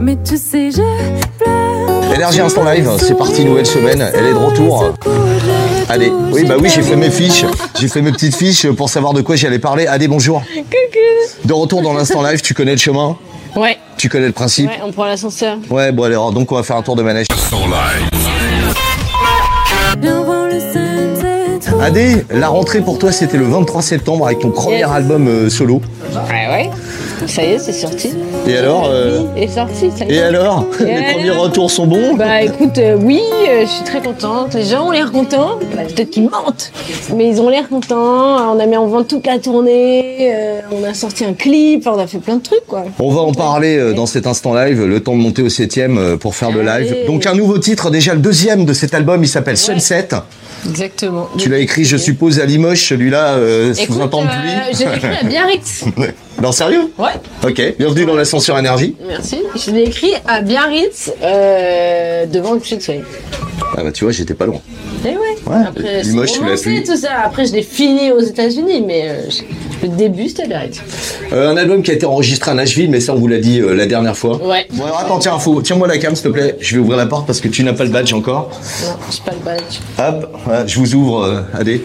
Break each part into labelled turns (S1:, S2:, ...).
S1: Mais tu sais, je pleure.
S2: Énergie Instant Live, c'est parti, nouvelle semaine, elle est de retour. Allez, oui, bah oui, j'ai fait mes fiches, j'ai fait mes petites fiches pour savoir de quoi j'allais parler. Allez, bonjour.
S3: Coucou
S2: De retour dans l'Instant Live, tu connais le chemin,
S3: Ouais,
S2: tu connais le principe.
S3: ouais, on prend l'ascenseur.
S2: Ouais, bon, alors, donc on va faire un tour de manège.
S1: Viens voir le sunset.
S2: Adé, la rentrée pour toi, c'était le 23 septembre avec ton premier
S3: Yes.
S2: album euh, solo.
S3: Ouais, Ah ouais. Ça y est, c'est sorti.
S2: Et alors euh,
S3: Oui, est sorti, ça y
S2: Et
S3: est.
S2: alors Les
S3: alors
S2: premiers retours sont bons
S3: Bah écoute, euh, oui, euh, je suis très contente. Les gens ont l'air contents. Bah, Peut-être qu'ils mentent, mais ils ont l'air contents. On a mis en vente toute la tournée. euh, on a sorti un clip. On a fait plein de trucs, quoi.
S2: On va en parler euh, dans cet instant live, le temps de monter au septième euh, pour faire le live.
S3: Allez.
S2: Donc un nouveau titre, déjà le deuxième de cet album, il s'appelle Sunset.
S3: Exactement.
S2: Tu l'as écrit, je suppose, à Limoges, celui-là, euh, sous
S3: Écoute,
S2: un temps de
S3: euh,
S2: pluie.
S3: j'ai écrit à Biarritz.
S2: non, sérieux
S3: Ouais,
S2: Ok, bienvenue dans l'ascenseur énergie.
S3: merci. Je l'ai écrit à Biarritz euh, devant le coucher de soleil.
S2: Ah bah tu vois, j'étais pas loin.
S3: Eh ouais.
S2: Ouais,
S3: Après, c'est
S2: Limoges, tu l'as
S3: romancé,
S2: vu.
S3: tout ça. Après, je l'ai fini aux États-Unis, mais euh, je- le début, c'était la vérité.
S2: Euh, un album qui a été enregistré à Nashville, mais ça on vous l'a dit euh, la dernière fois.
S3: Ouais.
S2: Bon alors attends, tiens, faut- tiens-moi la cam s'il te plaît, je vais ouvrir la porte parce que tu n'as pas le badge encore.
S3: Non, c'est pas le badge.
S2: Hop, voilà, je vous ouvre, euh, Adé.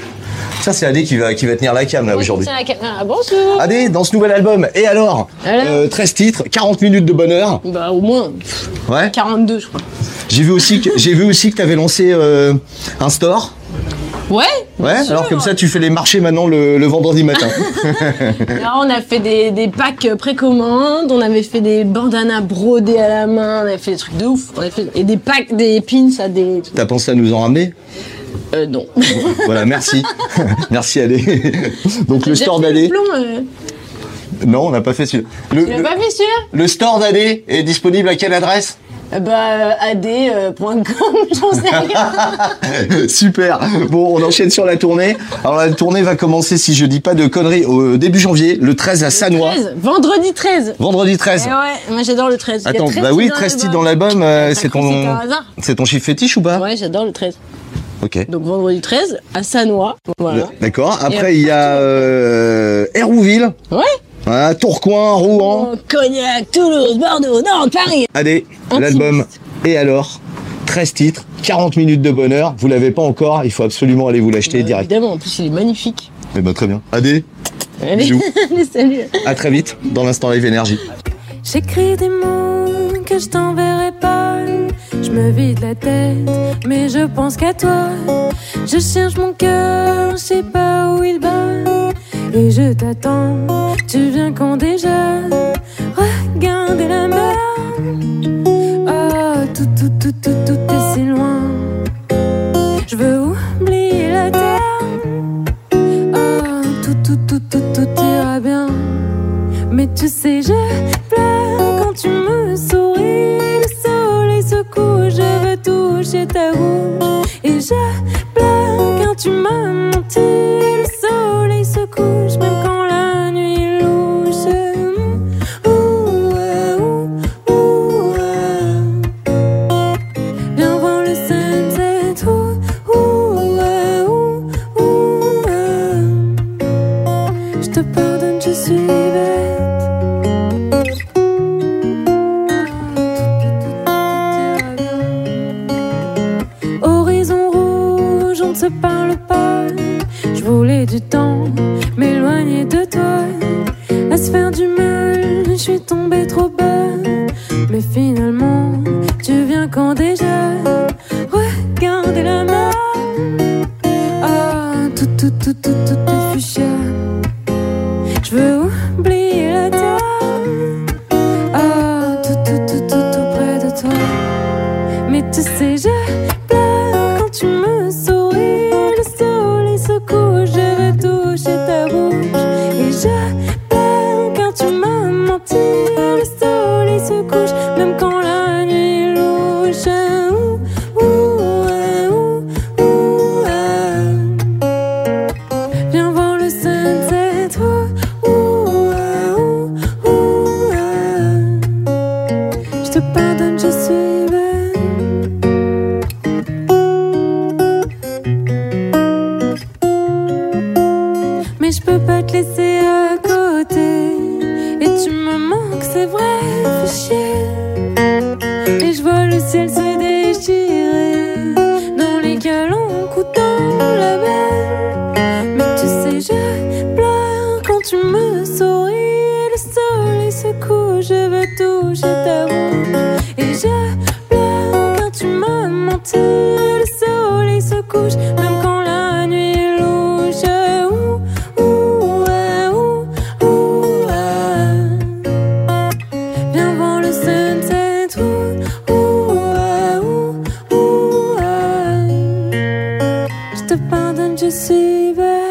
S2: Ça c'est Adé qui va, qui va tenir la cam là Ah, aujourd'hui. Ah.
S3: Tiens, la caméra. Bonjour.
S2: Adé, dans ce nouvel album, et alors,
S3: Alors
S2: Euh, 13 titres, 40 minutes de bonheur.
S3: Bah, au moins pff,
S2: Ouais.
S3: 42, je crois.
S2: J'ai vu aussi que j'ai vu aussi que t'avais lancé euh, un store.
S3: Ouais.
S2: Ouais.
S3: bien sûr.
S2: Alors comme ça, tu fais les marchés maintenant le, le vendredi matin.
S3: Là, on a fait des, des packs précommandes, on avait fait des bandanas brodés à la main, on avait fait des trucs de ouf. On avait fait, et des packs, des pins à des.
S2: T'as pensé à nous en ramener
S3: Euh, non.
S2: Voilà, merci, merci Adé. Donc le
S3: J'ai
S2: store
S3: fait
S2: d'Adé.
S3: plomb, euh,
S2: Non, on n'a pas fait celui. Le,
S3: Tu l'as
S2: le-
S3: pas fait, sûr
S2: le store d'Adé est disponible à quelle adresse
S3: Bah, ad.com, j'en sais rien.
S2: Super. Bon, on enchaîne sur la tournée. Alors la tournée va commencer, si je dis pas de conneries, au début janvier, le 13 à Sanois.
S3: 13, vendredi 13.
S2: Vendredi 13.
S3: Eh ouais, moi j'adore le 13. Il y a
S2: Attends,
S3: 13
S2: bah oui,
S3: titres
S2: 13 titres dans
S3: l'album.
S2: l'album, euh,
S3: T'as
S2: c'est
S3: cru que c'était
S2: ton,
S3: un hasard
S2: c'est ton chiffre fétiche ou pas
S3: Ouais, j'adore le 13.
S2: Ok.
S3: Donc vendredi 13 à Sanois. Voilà.
S2: D'accord. Après,
S3: après,
S2: il y a euh, Hérouville,
S3: Ouais.
S2: voilà, Tourcoing, Rouen.
S3: Oh, Cognac, Toulouse, Bordeaux, Nantes, Paris.
S2: Allez,
S3: Intimiste.
S2: l'album. Et alors 13 titres, 40 minutes de bonheur. Vous l'avez pas encore, il faut absolument aller vous l'acheter
S3: Bah,
S2: direct.
S3: Évidemment, en plus il est magnifique.
S2: Eh ben, très bien. Adé,
S3: Allez,
S2: Bisous.
S3: allez, salut.
S2: à très vite dans l'instant live énergie.
S1: J'écris des mots que je t'enverrai pas. Je me vide la tête, mais je pense qu'à toi. Je cherche mon cœur, je sais pas où il bat. Et je t'attends, tu viens quand déjà. Regardez la mer. Oh, tout, tout, tout, tout, tout est si loin. Je veux oublier la terre. Oh, tout, tout, tout, tout, tout ira bien. Mais tu sais, je pleure quand tu me souris. Le soleil se couche, je veux toucher ta rouge. Et je pleure quand tu m'as menti. Le soleil se couche, même quand la nuit est louche. Ouh, ah, ouh, ouh, ah. Viens voir le sunset. Ouh, ouh, ah, ouh, ouh, ah. Je te pardonne, je suis bête. Horizon rouge, on ne se parle pas. Je voulais du temps, m'éloigner de toi. À se faire du mal, je suis tombée trop bas. Mais finalement, tu viens quand déjà. Regardez la mer. Ah, tout, tout, tout, tout, tout est fuchsia. Je veux oublier la terre. Ah, tout, tout, tout, tout, tout près de toi. Mais tu sais, je pleure quand tu me souris. Le soleil se couche, je veux toucher ta bouche. Et je pleure quand tu m'as menti. Le soleil se couche, même quand la nuit est louche. Ouh, ouh, ah, ouh, ouh, ah. Viens voir le sunset. Ouh, ouh, ah, ouh, ouh, ah. Je te pardonne, je suis belle. Mais je peux pas te laisser à côté. Et tu me manques, c'est vrai, fais chier. Et je vois le ciel se déchirer dans les galons coûtant la belle. Mais tu sais, je pleure quand tu me souris. Le soleil se couche, je veux toucher ta bouche. Et je pleure quand tu m'as menti. Le soleil se couche, même quand la nuit est louche. Ouh, ouh, ouais, ouh, ouh, ouais. Viens voir le sunset, ouh, ouh, ah, ouh, ouh, ah. Je te pardonne, je suis belle.